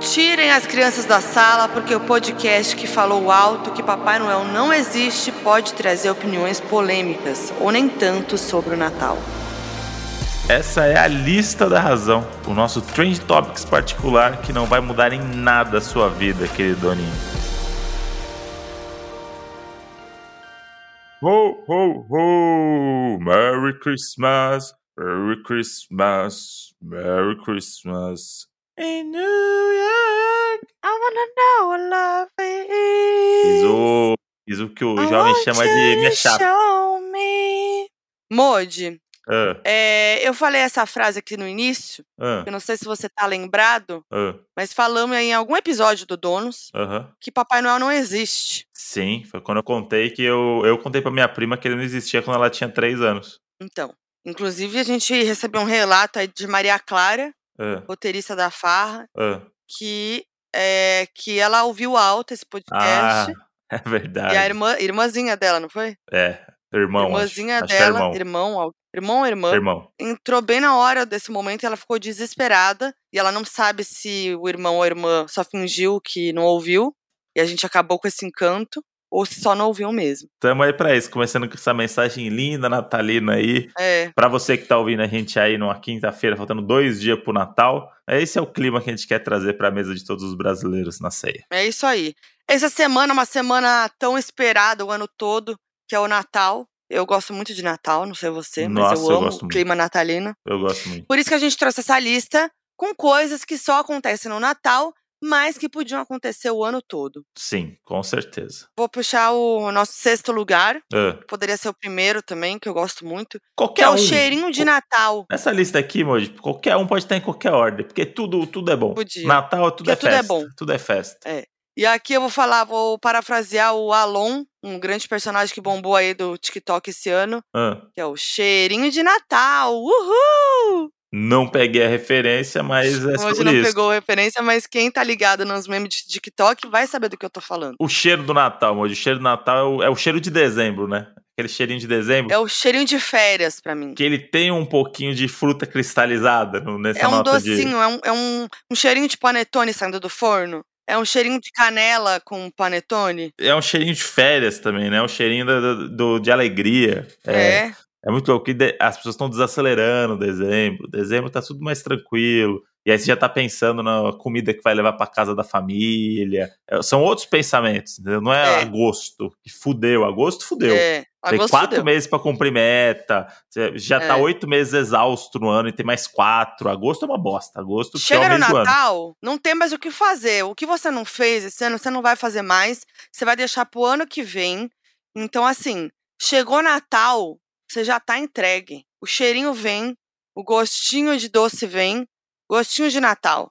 Tirem as crianças da sala, porque o podcast que falou alto que Papai Noel não existe pode trazer opiniões polêmicas, ou nem tanto, sobre o Natal. Essa é a lista da razão, o nosso Trend Topics particular que não vai mudar em nada a sua vida, querido Doninho. Ho, ho, ho! Merry Christmas! Merry Christmas! Merry Christmas! In New York! I wanna know what love Fiz is. o, fiz o que o jovem chama de minha chapa. Show me. Modi, Ah, é, eu falei essa frase aqui no início, ah, eu não sei se você tá lembrado, ah, mas falamos em algum episódio do Donos aham. que Papai Noel não existe. Sim, foi quando eu contei que eu, eu contei pra minha prima que ele não existia quando ela tinha 3 anos. Então, inclusive a gente recebeu um relato aí de Maria Clara, Ah, roteirista da Farra, ah. que é, que ela ouviu alto esse Ah, podcast é e a verdade. irmã, irmãzinha dela, não foi? É, irmão. acho. irmãzinha acho, que é dela, irmão. irmão, al- irmão ou irmã, Irmão. entrou bem na hora desse momento e ela ficou desesperada e ela não sabe se o irmão ou a irmã só fingiu que não ouviu e a gente acabou com esse encanto ou se só não ouviu mesmo. Tamo aí pra isso, começando com essa mensagem linda, natalina aí. É, Pra você que tá ouvindo a gente aí numa quinta-feira, faltando dois dias pro Natal. Esse é o clima que a gente quer trazer pra mesa de todos os brasileiros na ceia. é isso aí. Essa semana é uma semana tão esperada o ano todo, que é o Natal. Eu gosto muito de Natal, não sei você, mas Nossa, eu eu amo gosto o muito. clima natalino. Eu gosto muito. Por isso que a gente trouxe essa lista com coisas que só acontecem no Natal, mas que podiam acontecer o ano todo. Sim, com certeza. Vou puxar o nosso sexto lugar, Ah, poderia ser o primeiro também, que eu gosto muito, que qualquer é um. o cheirinho de Natal. Nessa lista aqui, Moji, qualquer um pode estar em qualquer ordem, porque tudo, tudo é bom. Podia. Natal, tudo Porque é tudo é festa. bom. Tudo é festa. E aqui eu vou falar, vou parafrasear o Alon, um grande personagem que bombou aí do TikTok esse ano, Ah. que é o cheirinho de Natal. Uhul! Não peguei a referência, mas é Hoje sobre não isso. pegou a referência, mas quem tá ligado nos memes de TikTok vai saber do que eu tô falando. O cheiro do Natal, Moji. O cheiro do Natal é o, é o cheiro de dezembro, né? Aquele cheirinho de dezembro. É o cheirinho de férias pra mim. Que ele tem um pouquinho de fruta cristalizada no- nessa É um nota de. docinho, é, um, é um, um cheirinho de panetone saindo do forno. É um cheirinho de canela com panetone. É um cheirinho de férias também, né? Um cheirinho da- da- do, de alegria. É, É. é muito louco. que de- As pessoas estão desacelerando dezembro. Dezembro tá tudo mais tranquilo. E aí você já tá pensando na comida que vai levar pra casa da família. É, São outros pensamentos, entendeu? Não é, É. agosto, que fudeu. Agosto fudeu. é. Tem Agosto quatro deu. meses pra cumprir meta. Você já tá É. oito meses exausto no ano e tem mais quatro. Agosto é uma bosta. Agosto que é o Chega no mês do ano. Natal, não tem mais o que fazer. O que você não fez esse ano, você não vai fazer mais. Você vai deixar pro ano que vem. Então, assim, chegou Natal, você já tá entregue. O cheirinho vem, o gostinho de doce vem, gostinho de Natal.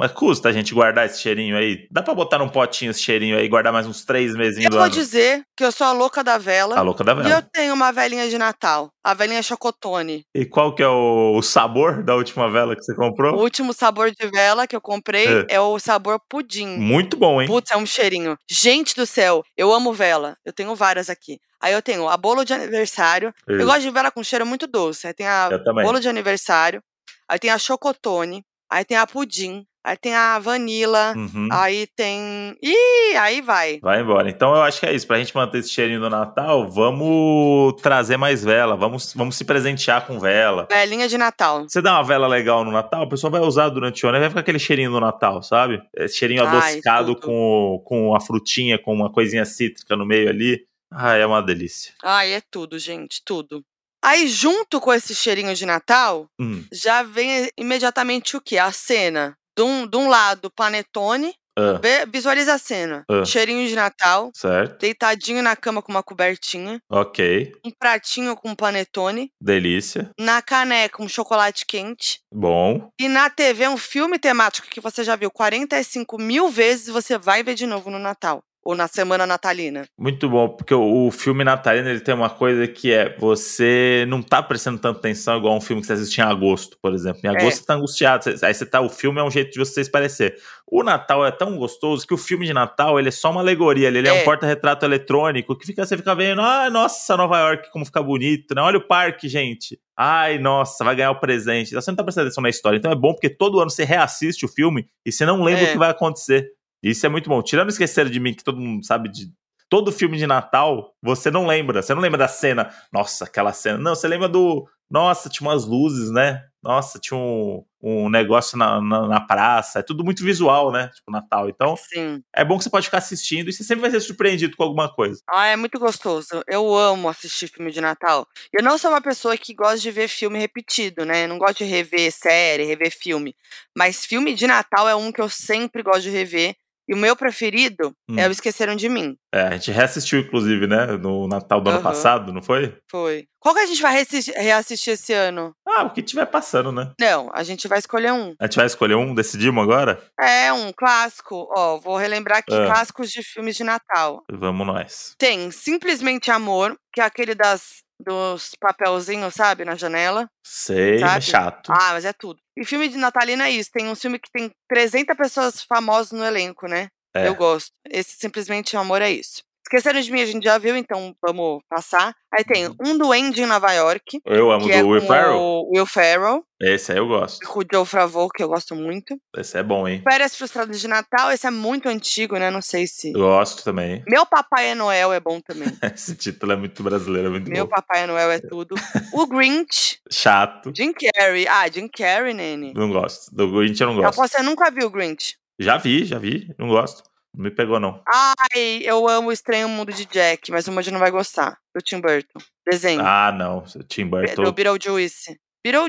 Mas custa a gente guardar esse cheirinho aí? Dá pra botar num potinho esse cheirinho aí e guardar mais uns três meses Eu do vou ano? dizer que eu sou a louca da vela. A louca da E eu vela. tenho uma velhinha de Natal, a velhinha Chocotone. E qual que é o, o sabor da última vela que você O comprou? último sabor de vela que eu comprei É. é, o sabor pudim. Muito bom, hein? Putz, é um cheirinho. Gente do céu, eu amo vela. Eu tenho várias aqui. Aí eu tenho a bolo de aniversário. Eu gosto de vela com cheiro muito doce. Aí tem a Eu também. bolo de aniversário. Aí tem a chocotone. Aí tem a pudim. Aí tem a vanilla. Uhum. Aí tem. Ih, aí vai. Vai embora. Então eu acho que é isso. Pra gente manter esse cheirinho do Natal, vamos trazer mais vela. Vamos, vamos se presentear com vela. Velhinha de Natal. Você dá uma vela legal no Natal, o pessoal vai usar durante o ano e vai ficar aquele cheirinho do Natal, sabe? Esse cheirinho Ai, adocicado Ah, tudo. com, com a frutinha, com uma coisinha cítrica no meio ali. Ah, é uma delícia. Ai, é tudo, gente, tudo. Aí, junto com esse cheirinho de Natal, Hum, já vem i- imediatamente o quê? A cena. De um, de um lado, panetone. ah, Vê- visualiza a cena. Ah. Cheirinho de Natal, certo. deitadinho na cama com uma cobertinha. Ok. Um pratinho com panetone. Delícia. Na caneca, um chocolate quente. Bom. E na TV, um filme temático que você já viu 45 mil vezes, você vai ver de novo no Natal. ou na semana natalina. Muito bom, porque o, o filme natalino ele tem uma coisa que é você não tá prestando tanta atenção igual um filme que você assiste em agosto, por exemplo. Em agosto É. você tá angustiado, você- aí você tá, o filme é um jeito de você se parecer. O Natal é tão gostoso que o filme de Natal ele é só uma alegoria, ele, ele é. um É. porta-retrato eletrônico que fica, você fica vendo, ah, nossa, Nova York, como fica bonito, né? Olha o parque, gente. Ai, nossa, vai ganhar o presente. Você não tá prestando atenção na história. Então é bom porque todo ano você reassiste o filme e você não lembra É. o que vai acontecer. Isso é muito bom. Tirando Esqueceram de Mim, que todo mundo sabe de. Todo filme de Natal, você não lembra. Você não lembra da cena. Nossa, aquela cena. Não, você lembra do. Nossa, tinha umas luzes, né? Nossa, tinha um, um negócio na, na, na praça. É tudo muito visual, né? Tipo, Natal. Então, Sim. é bom que você pode ficar assistindo e você sempre vai ser surpreendido com alguma coisa. Ah, é muito gostoso. Eu amo assistir filme de Natal. Eu não sou uma pessoa que gosta de ver filme repetido, né? Eu não gosto de rever série, rever filme. Mas filme de Natal é um que eu sempre gosto de rever. E o meu preferido é Hum. o Esqueceram de Mim. É, a gente reassistiu, inclusive, né? No Natal do ano Aham. passado, não foi? Foi. Qual que a gente vai reassisti- reassistir esse ano? Ah, o que tiver passando, né? Não, a gente vai escolher um. A gente vai escolher um, decidimos agora? É, um clássico. Ó, vou relembrar aqui Ah. clássicos de filmes de Natal. Vamos nós. Tem Simplesmente Amor, que é aquele das, dos papelzinhos, sabe, na janela. Sei, Sabe? mas chato. Ah, mas é tudo. E filme de Natalina é isso. Tem um filme que tem 300 pessoas famosas no elenco, né? É. Eu gosto. Esse simplesmente amor é isso. Esqueceram de mim, a gente já viu, então vamos passar. Aí tem Uhum. Um Duende em Nova York, Eu amo que do é Will com Ferrell. o Will Ferrell, Esse aí eu e gosto. com o Joe Favreau, que eu gosto muito. Esse é bom, hein? Férias Frustradas de Natal, esse é muito antigo, né? Não sei se... Eu gosto também. Meu Papai é Noel é bom também. Esse título é muito brasileiro, é muito Meu bom. Papai é Noel é tudo. O Grinch, Chato. Jim Carrey. Ah, Jim Carrey, Nene. Não gosto. Do Grinch eu não Eu gosto. aposto que você nunca viu o Grinch. Já vi, já vi. Não gosto. Não me pegou, não. Ai, eu amo o Estranho Mundo de Jack, mas o Moody não vai gostar. Do Tim Burton. Desenho. Ah, não. Tim Be- do Burton. Beetlejuice.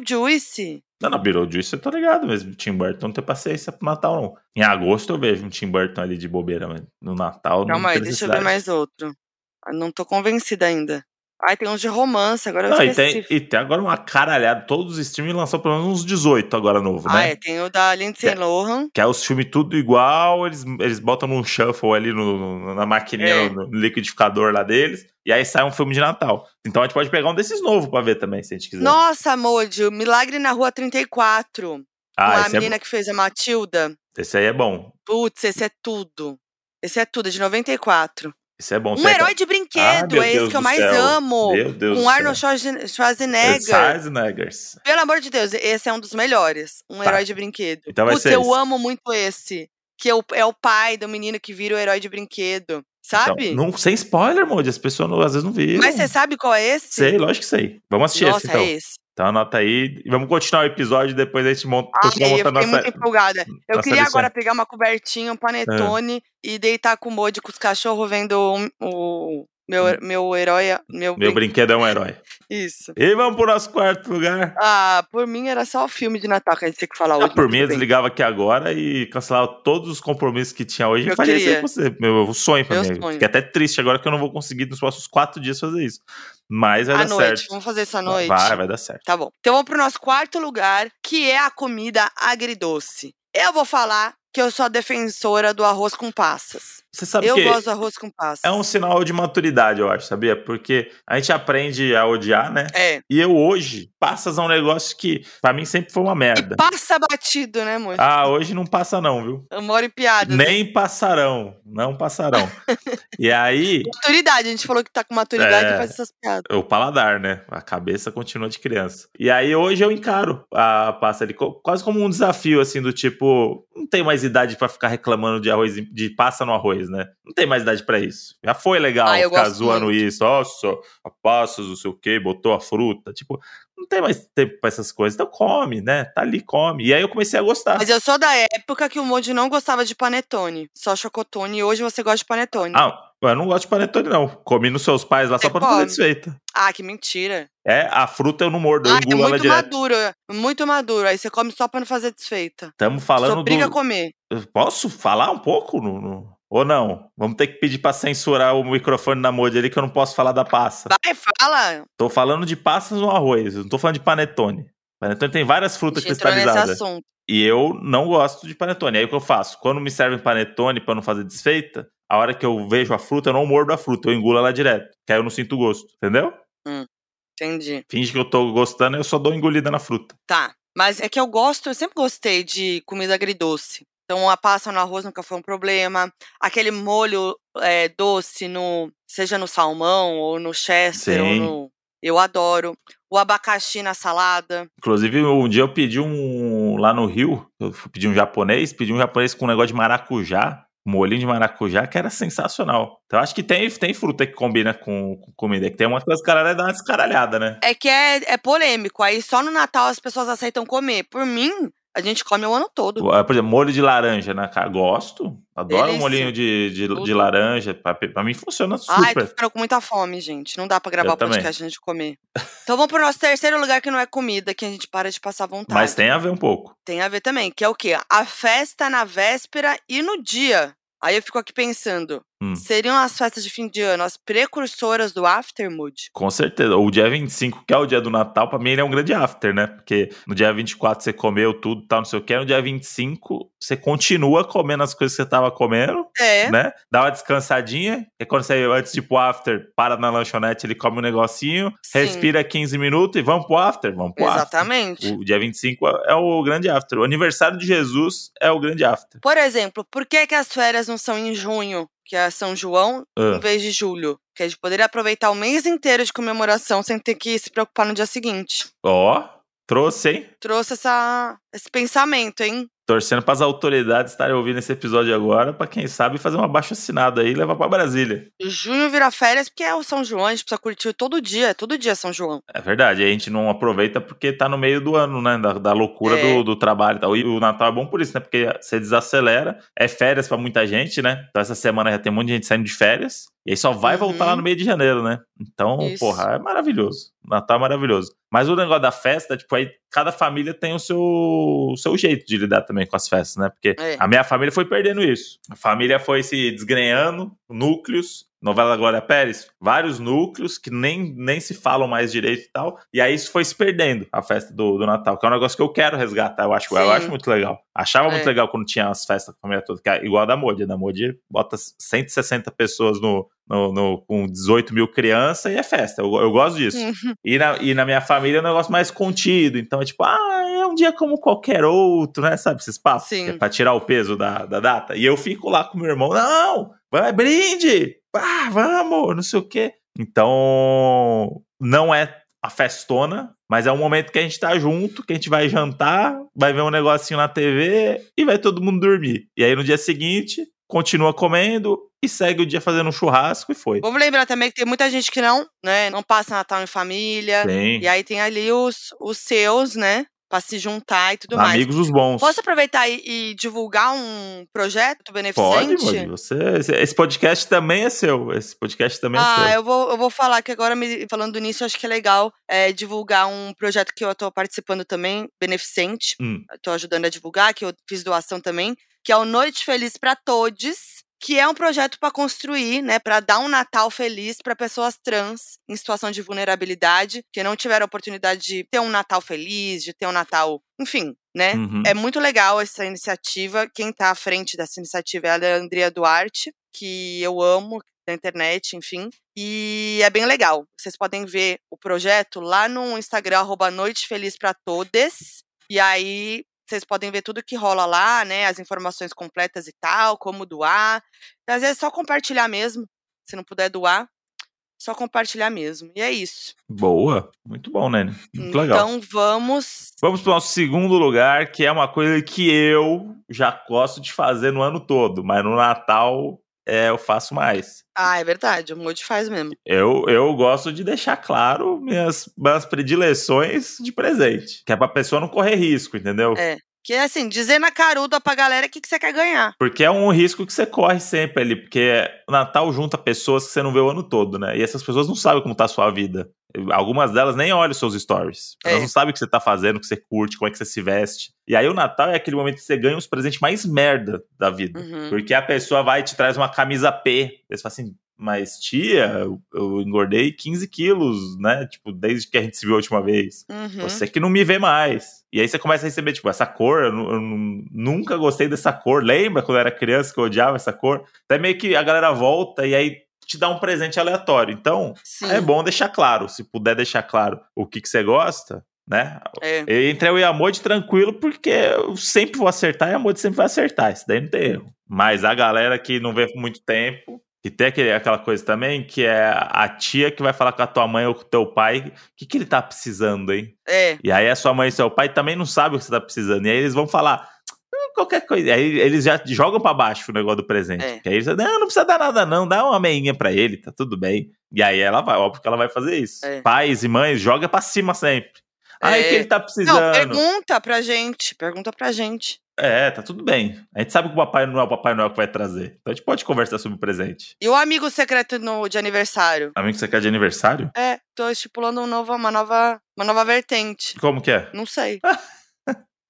Beetlejuice? Não, não, Beetlejuice eu tô ligado mesmo. Tim Burton não tem paciência pro Natal, não. Em agosto eu vejo um Tim Burton ali de bobeira, mas no Natal não Calma aí, tem deixa eu ver necessidade. mais outro. Ah, Não tô convencida ainda. Ai, tem uns de romance, agora eu Não, e esqueci. tem, e tem agora uma caralhada. Todos os streams lançou pelo menos uns 18 agora novo, Ah, né? é, tem o da Lindsay Lohan. Que é os filmes tudo igual, eles, eles botam num shuffle ali no- no- na maquininha, É. no, no liquidificador lá deles, e aí sai um filme de Natal. Então a gente pode pegar um desses novos pra ver também, se a gente quiser. Nossa, Moody, o Milagre na Rua 34. com ah, a esse, é- menina que fez a Matilda. esse aí é bom. Putz, esse é tudo. Esse é tudo, é de 94. Esse é bom. Um herói de brinquedo, meu é esse Deus que eu do mais céu. amo. Meu Deus do com céu. É, Arnold Schwarzen- Schwarzenegger. Schwarzeneggers. Pelo amor de Deus, esse é um dos melhores. Um Tá. herói de brinquedo. Então vai Putz, ser eu esse. amo muito esse. Que é o, é o pai do menino que vira o herói de brinquedo. Então, Sabe? não, sem spoiler, Moody, as pessoas não- às vezes não viram. Mas você sabe qual é esse? Sei, lógico que sei. Vamos assistir Nossa, esse então. é esse. Então anota aí. E vamos continuar o episódio, depois a gente monta, Ai, continua eu fiquei montando nossa. muito empolgada. Eu queria nossa listinha. agora pegar uma cobertinha, um panetone e deitar com o Modi com os cachorros vendo o, o meu, meu herói. Meu, Hum. Meu brin- brinquedo é um herói. Isso. E vamos pro nosso quarto lugar. Ah, por mim era só o filme de Natal que a gente tinha que falar Ah, hoje. por mas mim, eu tudo bem. desligava aqui agora e cancelava todos os compromissos que tinha hoje. Eu Eu faria isso aí queria. com você. Meu, meu sonho pra Meu mim. sonho. Fiquei até triste agora que eu não vou conseguir nos próximos quatro dias fazer isso. Mas vai À dar noite. certo. Vamos fazer isso à noite. Vai, vai dar certo. Tá bom. Então vamos pro nosso quarto lugar, que é a comida agridoce. Eu vou falar que eu sou a defensora do arroz com passas. Você sabe eu que gosto do arroz com passas. é um sinal de maturidade, eu acho, sabia? Porque a gente aprende a odiar, né? É. E eu hoje, passas é um negócio que pra mim sempre foi uma merda. E passa batido, né, moço? Ah, hoje não passa não, viu? Eu moro em piadas. né? Nem passarão, não passarão. e aí, Maturidade, a gente falou que tá com maturidade É. e faz essas piadas. o paladar, né? A cabeça continua de criança. E aí hoje eu encaro a pasta ali co- quase como um desafio, assim, do tipo, não tem mais idade pra ficar reclamando de arroz, de passa no arroz, né? Não tem mais idade pra isso. Já foi legal Ah, eu ficar gosto zoando isso, nossa, a passas, não sei o quê, botou a fruta. Tipo, não tem mais tempo pra essas coisas. Então come, né? Tá ali, come. E aí eu comecei a gostar. Mas eu sou da época que o Moody não gostava de panetone, só chocotone, e hoje você gosta de panetone. Ah, Ah, eu não gosto de panetone, não. Comi nos seus pais lá só Você pra não fazer come. desfeita. Ah, que mentira. É, a fruta eu não mordo, eu Ah, é engulo ela muito direto. maduro, é muito maduro. Aí você come só pra não fazer desfeita. Estamos falando Só briga do... a comer. Eu Posso falar um pouco? No, no- Ou não? Vamos ter que pedir pra censurar o microfone da Modi ali que eu não posso falar da passa. Vai, fala. Tô falando de passas no arroz, eu não tô falando de panetone. Panetone tem várias A frutas gente entrou nesse cristalizadas. assunto. E eu não gosto de panetone. Aí o que eu faço? Quando me servem panetone pra não fazer desfeita, A hora que eu vejo a fruta, eu não mordo a fruta, eu engulo ela direto. Que aí eu não sinto gosto, entendeu? Entendi. Finge que eu tô gostando, eu só dou engolida na fruta. Tá. Mas é que eu gosto, eu sempre gostei de comida agridoce. Então a pasta no arroz nunca foi um problema. Aquele molho é, doce no. Seja no salmão ou no chester Sim. ou no. Eu adoro. O abacaxi na salada. Inclusive, um dia eu pedi um. Lá no Rio, eu fui pedir um japonês, pedi um japonês com um negócio de maracujá, molhinho de maracujá, que era sensacional. Então, acho que tem, tem fruta que combina com, com comida, que tem uma das caralhadas, dá uma descaralhada, né? É que é, é polêmico. Aí só no Natal as pessoas aceitam comer. Por mim, a gente come o ano todo. Ah, Por exemplo, molho de laranja, né? cara? Gosto. Adoro Delícia. um molhinho de, de, de Tudo. laranja. Pra, pra mim funciona Ai, tô super. ficando com muita fome, gente. Não dá pra gravar Eu o podcast antes de comer. Então vamos pro nosso terceiro lugar que não é comida, que a gente para de passar vontade. Mas tem a ver um pouco. Tem a ver também, que é o quê? A festa na véspera e no dia. Aí eu fico aqui pensando, Hum. seriam as festas de fim de ano as precursoras do aftermood? Com certeza. O dia 25, que é o dia do Natal, pra mim ele é um grande after, né? Porque no dia 24 você comeu tudo, tal, não sei o que. No dia 25, você continua comendo as coisas que você tava comendo, É, né? Dá uma descansadinha. E quando você, antes de ir pro after, para na lanchonete, ele come um negocinho, Sim. respira 15 minutos e vamos pro after. Vamos pro after. exatamente. O dia 25 é o grande after. O aniversário de Jesus é o grande after. Por exemplo, por que, que as férias não são em junho, que é São João, em Ah, vez de julho? Que a gente poderia aproveitar o mês inteiro de comemoração sem ter que se preocupar no dia seguinte. Ó, trouxe, hein? Trouxe essa, esse pensamento, hein? Torcendo para as autoridades estarem ouvindo esse episódio agora, para quem sabe fazer um abaixo assinado aí e levar para Brasília. Junho vira férias porque é o São João, a gente precisa curtir todo dia, todo dia é São João. É verdade, a gente não aproveita porque tá no meio do ano, né? Da, da loucura É. do, do trabalho e tal. E o Natal é bom por isso, né? Porque você desacelera, é férias para muita gente, né? Então essa semana já tem um monte de gente saindo de férias e aí só vai Uhum. voltar lá no meio de janeiro, né? Então, Isso. porra, é maravilhoso. Natal é maravilhoso. Mas o negócio da festa, tipo, aí cada família tem o seu, o seu jeito de lidar também com as festas, né? Porque É. a minha família foi perdendo isso. A família foi se desgrenhando, núcleos. Novela Glória Pérez, vários núcleos que nem, nem se falam mais direito e tal. E aí isso foi se perdendo, a festa do, do Natal, que é um negócio que eu quero resgatar. Eu acho, eu Sim. acho muito legal. Achava É. muito legal quando tinha as festas com a família toda, que é igual a da Modi. A da Modi bota 160 pessoas no, no, no- com 18 mil crianças e é festa. Eu, eu gosto disso. Uhum. E na, e na minha família é um negócio mais contido. Então é tipo, ah, é um dia como qualquer outro, né? Sabe esses papos? Sim. Que É pra tirar o peso da, da data. E eu fico lá com meu irmão, não, vai, brinde! Ah, vamos, não sei o quê. Então, não é a festona, mas é um momento que a gente tá junto, que a gente vai jantar, vai ver um negocinho na TV e vai todo mundo dormir. E aí no dia seguinte, continua comendo e segue o dia fazendo um churrasco e foi. Vamos lembrar também que tem muita gente que não, né, não passa Natal em família. Sim. E aí tem ali os, os seus, né, pra se juntar e tudo mais. Amigos os bons. Posso aproveitar e, e divulgar um projeto Pode, beneficente? Mogi, você esse- Esse podcast também é seu. Esse podcast também é Ah, seu. eu vou, eu vou falar que agora, me, falando nisso, eu acho que é legal é, divulgar um projeto que eu tô participando também, beneficente. Hum. Eu Tô ajudando a divulgar, que eu fiz doação também, que é o Noite Feliz para Todes, que é um projeto para construir, né, para dar um Natal feliz para pessoas trans em situação de vulnerabilidade, que não tiveram a oportunidade de ter um Natal feliz, de ter um Natal, enfim, né? Uhum. É muito legal essa iniciativa. Quem tá à frente dessa iniciativa é a Leandria Duarte, que eu amo da internet, enfim. E é bem legal. Vocês podem ver o projeto lá no Instagram, arroba Noite Feliz pra Todes. E aí vocês podem ver tudo que rola lá, né? As informações completas e tal, como doar. E às vezes é só compartilhar mesmo. Se não puder doar, só compartilhar mesmo. E é isso. Boa. Muito bom, Nene. Muito legal. Então vamos. Vamos para o nosso segundo lugar, que é uma coisa que eu já gosto de fazer no ano todo, mas no Natal é, eu faço mais. Ah, é verdade, o Moody faz mesmo. Eu, eu gosto de deixar claro minhas, minhas predileções de presente. Que é pra pessoa não correr risco, entendeu? É. Que é assim, dizer na caruda pra galera o que, que você quer ganhar. Porque é um risco que você corre sempre ali, porque o Natal junta pessoas que você não vê o ano todo, né? E essas pessoas não sabem como tá a sua vida. Algumas delas nem olham os seus stories. É. Elas não sabem o que você tá fazendo, o que você curte, como é que você se veste. E aí o Natal é aquele momento que você ganha os presentes mais merda da vida. Uhum. Porque a pessoa vai e te traz uma camisa P. Aí Você fala assim, Mas, tia, eu, eu engordei 15 quilos, né? Tipo, desde que a gente se viu a última vez. Uhum. Você que não me vê mais. E aí você começa a receber, tipo, essa cor, eu, nu- eu nu- nunca gostei dessa cor. Lembra quando eu era criança que eu odiava essa cor? Até meio que a galera volta e aí te dá um presente aleatório. Então, Sim. é bom deixar claro. Se puder deixar claro o que, que você gosta, né? É. Entre eu e amor de tranquilo, porque eu sempre vou acertar e amor de sempre vai acertar. Isso daí não tem erro. Mas a galera que não vê por muito tempo, que tem aquele- aquela coisa também, que é a tia que vai falar com a tua mãe ou com o teu pai, o que, que ele tá precisando, hein? É. E aí a sua mãe e seu pai também não sabem o que você tá precisando. E aí eles vão falar. "Ah, Qualquer coisa. Aí eles já jogam pra baixo o negócio do presente. É. Porque aí eles falam, não, não precisa dar nada, não. Dá uma meinha pra ele, tá tudo bem. E aí ela vai, óbvio que ela vai fazer isso. É. Pais e mães, joga pra cima sempre. Aí o É. que ele tá Não, precisando. pergunta pra gente. Pergunta pra gente. É, tá tudo bem. A gente sabe que o Papai Noel é o Papai Noel que vai trazer. Então a gente pode conversar sobre o presente. E o amigo secreto no- de aniversário? Amigo, você quer de aniversário? É, tô estipulando um novo, uma, nova, uma nova vertente. Como que é? Não sei.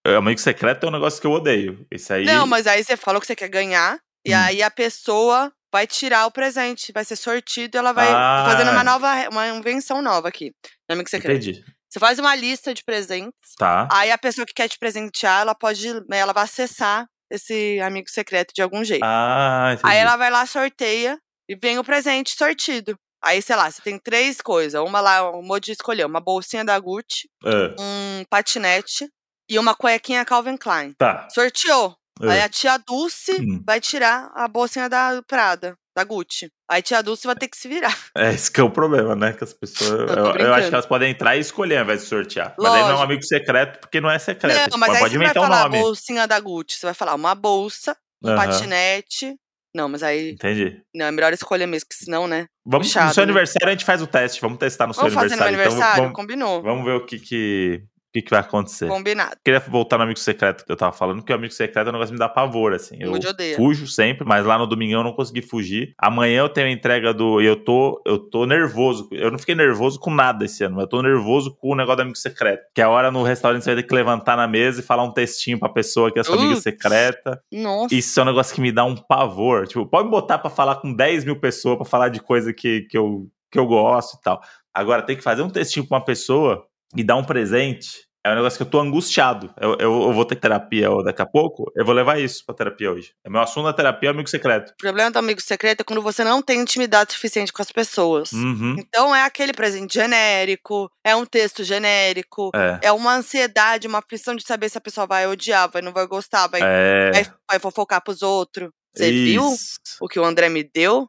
É, Amigo secreto é um negócio que eu odeio. Esse aí. Não, mas aí você fala o que você quer ganhar. E Hum. aí a pessoa vai tirar o presente. Vai ser sortido e ela vai Ah. fazendo uma nova, re- uma invenção nova aqui. No amigo é secreto. Entendi. Você faz uma lista de presentes. Tá. Aí a pessoa que quer te presentear, ela pode. né, Ela vai acessar esse amigo secreto de algum jeito. Ah, entendi. Aí ela vai lá, sorteia e vem o presente sortido. Aí, sei lá, você tem três coisas. Uma lá, um monte de escolher. Uma bolsinha da Gucci, Ah, um patinete e uma cuequinha Calvin Klein. tá. Sorteou. Ah. Aí a tia Dulce Hum. vai tirar a bolsinha da Prada, da Gucci. Aí a tia Dulce vai ter que se virar. É, esse que é o problema, né? Que as pessoas. tô Eu, eu brincando. acho que elas podem entrar e escolher ao invés de sortear. Mas aí não é um Lógico. amigo secreto porque não é secreto. não, mas Mas aí pode você não vai inventar o falar nome. bolsinha da Gucci. Você vai falar uma bolsa, um Aham, patinete. Não, mas aí. Entendi. Não, é melhor escolher mesmo, que senão, né? Vamos, no Puxado, seu né? aniversário a gente faz o teste. Vamos testar no seu Vamos fazer no meu aniversário. então, aniversário? vamos, Combinou. vamos ver o que, que, o que, que vai acontecer. Combinado. Queria voltar no amigo secreto que eu tava falando, porque o amigo secreto é um negócio que me dá pavor, assim. Eu Muito odeia. fujo sempre, mas lá no domingão eu não consegui fugir. Amanhã eu tenho a entrega do. E eu tô, eu tô nervoso. Eu não fiquei nervoso com nada esse ano, mas eu tô nervoso com o negócio do amigo secreto. Que é a hora no restaurante você vai ter que levantar na mesa e falar um textinho pra pessoa que é sua amiga Ups. secreta. Nossa. Isso é um negócio que me dá um pavor. Tipo, pode me botar pra falar com 10 mil pessoas, pra falar de coisa que, que, eu, que eu gosto e tal. Agora, tem que fazer um textinho pra uma pessoa e dar um presente. É um negócio que eu tô angustiado. Eu, eu, eu vou ter terapia daqui a pouco. Eu vou levar isso pra terapia hoje. É meu assunto da terapia, é amigo secreto. O problema do amigo secreto é quando você não tem intimidade suficiente com as pessoas. Uhum. Então é aquele presente genérico, é um texto genérico, É. é uma ansiedade, uma aflição de saber se a pessoa vai odiar, vai não vai gostar, vai, É. vai, vai fofocar pros outros. Você viu isso. o que o André me deu?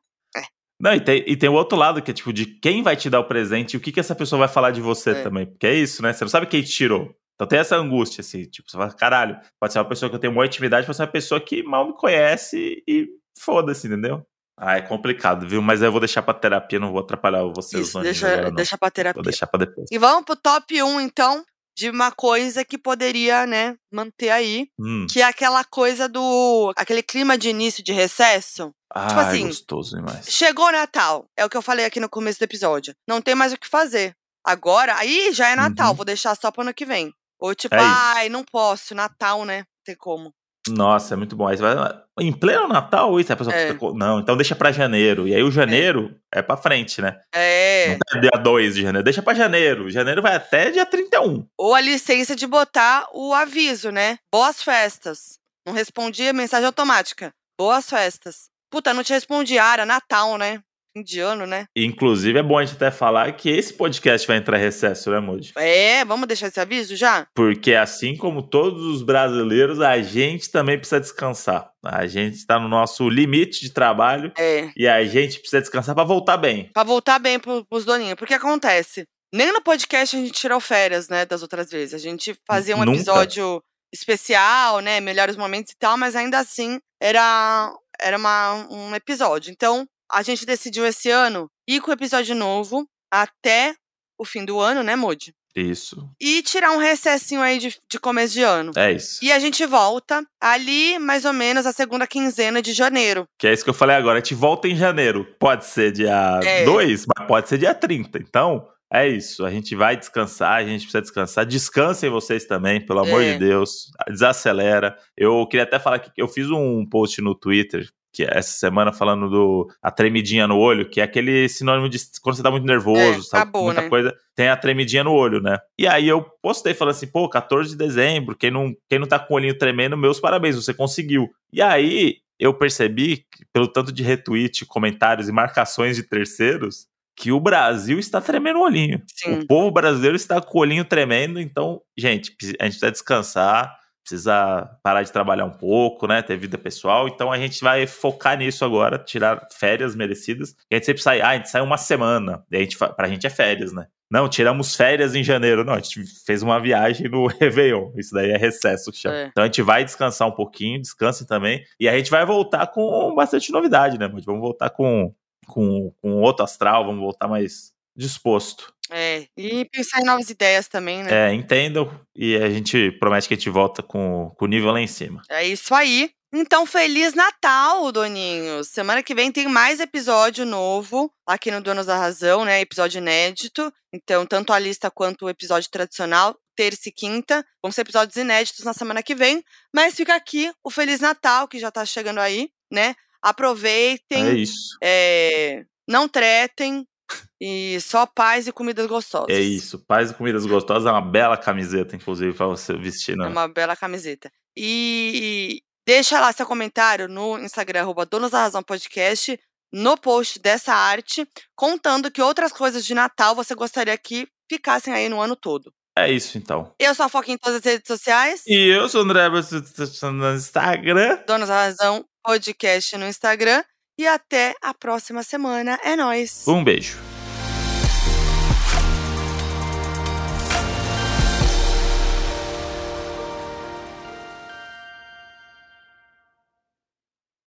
Não, e tem, e tem o outro lado, que é tipo, de quem vai te dar o presente e o que, que essa pessoa vai falar de você É. também. Porque é isso, né? Você não sabe quem te tirou. Então tem essa angústia, assim, tipo, você fala, caralho, pode ser uma pessoa que eu tenho maior intimidade, pode ser uma pessoa que mal me conhece e foda-se, entendeu? Ah, é complicado, viu? Mas eu vou deixar pra terapia, não vou atrapalhar vocês Isso, no deixa, agora, não. deixa pra terapia. Vou deixar pra depois. E vamos pro top 1, então, de uma coisa que poderia, né, manter aí. Hum. Que é aquela coisa do. aquele clima de início de recesso. Ah, assim, gostoso demais. Chegou o Natal, é o que eu falei aqui no começo do episódio. Não tem mais o que fazer. Agora, aí já é Natal, Uhum. vou deixar só pro ano que vem. Ou tipo, É isso. ai, não posso, Natal, né? Não tem como. Nossa, é muito bom. Aí você vai, em pleno Natal, isso, a pessoa É. fica com- Não, então deixa pra janeiro. E aí o janeiro é pra frente, né? É. Não tá dia 2 de janeiro. Deixa pra janeiro. Janeiro vai até dia 31. Ou a licença de botar o aviso, né? Boas festas. Não respondi a mensagem automática. Boas festas. Puta, não te respondi, ah, era Natal, né? Fim de ano, né? Inclusive, é bom a gente até falar que esse podcast vai entrar em recesso, né, Moody? É, vamos deixar esse aviso já? Porque assim como todos os brasileiros, a gente também precisa descansar. A gente tá no nosso limite de trabalho É. e a gente precisa descansar pra voltar bem. Pra voltar bem pro, pros doninhos. Porque acontece. Nem no podcast a gente tirou férias, né? Das outras vezes. A gente fazia um Nunca. episódio especial, né? Melhores momentos e tal, mas ainda assim era, era uma, um episódio. Então, a gente decidiu esse ano ir com o episódio novo até o fim do ano, né, Moody? Isso. E tirar um recessinho aí de, de começo de ano. É isso. E a gente volta ali, mais ou menos, a segunda quinzena de janeiro. Que é isso que eu falei agora. A gente volta em janeiro. Pode ser dia É. 2, mas pode ser dia 30. Então, é isso. A gente vai descansar, a gente precisa descansar. Descansem vocês também, pelo amor É. de Deus. Desacelera. Eu queria até falar que eu fiz um post no Twitter que é essa semana falando do a tremidinha no olho, que é aquele sinônimo de quando você tá muito nervoso, É, sabe, acabou, muita né? coisa, tem a tremidinha no olho, né? E aí eu postei falando assim, pô, 14 de dezembro, quem não, quem não tá com o olhinho tremendo, meus parabéns, você conseguiu. E aí eu percebi, que, pelo tanto de retweet, comentários e marcações de terceiros, que o Brasil está tremendo o olhinho. Sim. O povo brasileiro está com o olhinho tremendo, então, gente, pre- a gente precisa descansar, precisa parar de trabalhar um pouco, né? Ter vida pessoal. Então a gente vai focar nisso agora, tirar férias merecidas. E a gente sempre sai, ah, a gente sai uma semana. E a gente, fa- pra gente é férias, né? Não, tiramos férias em janeiro. Não, a gente fez uma viagem no Réveillon. Isso daí é recesso que chama. É. Então a gente vai descansar um pouquinho, descansem também. E a gente vai voltar com bastante novidade, né? Mas vamos voltar com, com, com outro astral, vamos voltar mais disposto. É. E pensar em novas ideias também, né? É, entendam. E a gente promete que a gente volta com, com o nível lá em cima. É isso aí. Então, Feliz Natal, Doninhos! Semana que vem tem mais episódio novo aqui no Donos da Razão, né? Episódio inédito. Então, tanto a lista quanto o episódio tradicional, terça e quinta, vão ser episódios inéditos na semana que vem. Mas fica aqui o Feliz Natal, que já tá chegando aí, né? É Aproveitem, isso. é, não tretem e só paz e comidas gostosas. É isso. Paz e comidas gostosas é uma bela camiseta, inclusive, pra você vestir. É Né? uma bela camiseta. E deixa lá seu comentário no Instagram, arroba Donos da Razão Podcast, no post dessa arte, contando que outras coisas de Natal você gostaria que ficassem aí no ano todo. É isso, então. Eu sou a Foca em todas as redes sociais, E eu sou o André Bastos no Instagram. Donos da Razão Podcast no Instagram. E até a próxima semana. É nóis! Um beijo.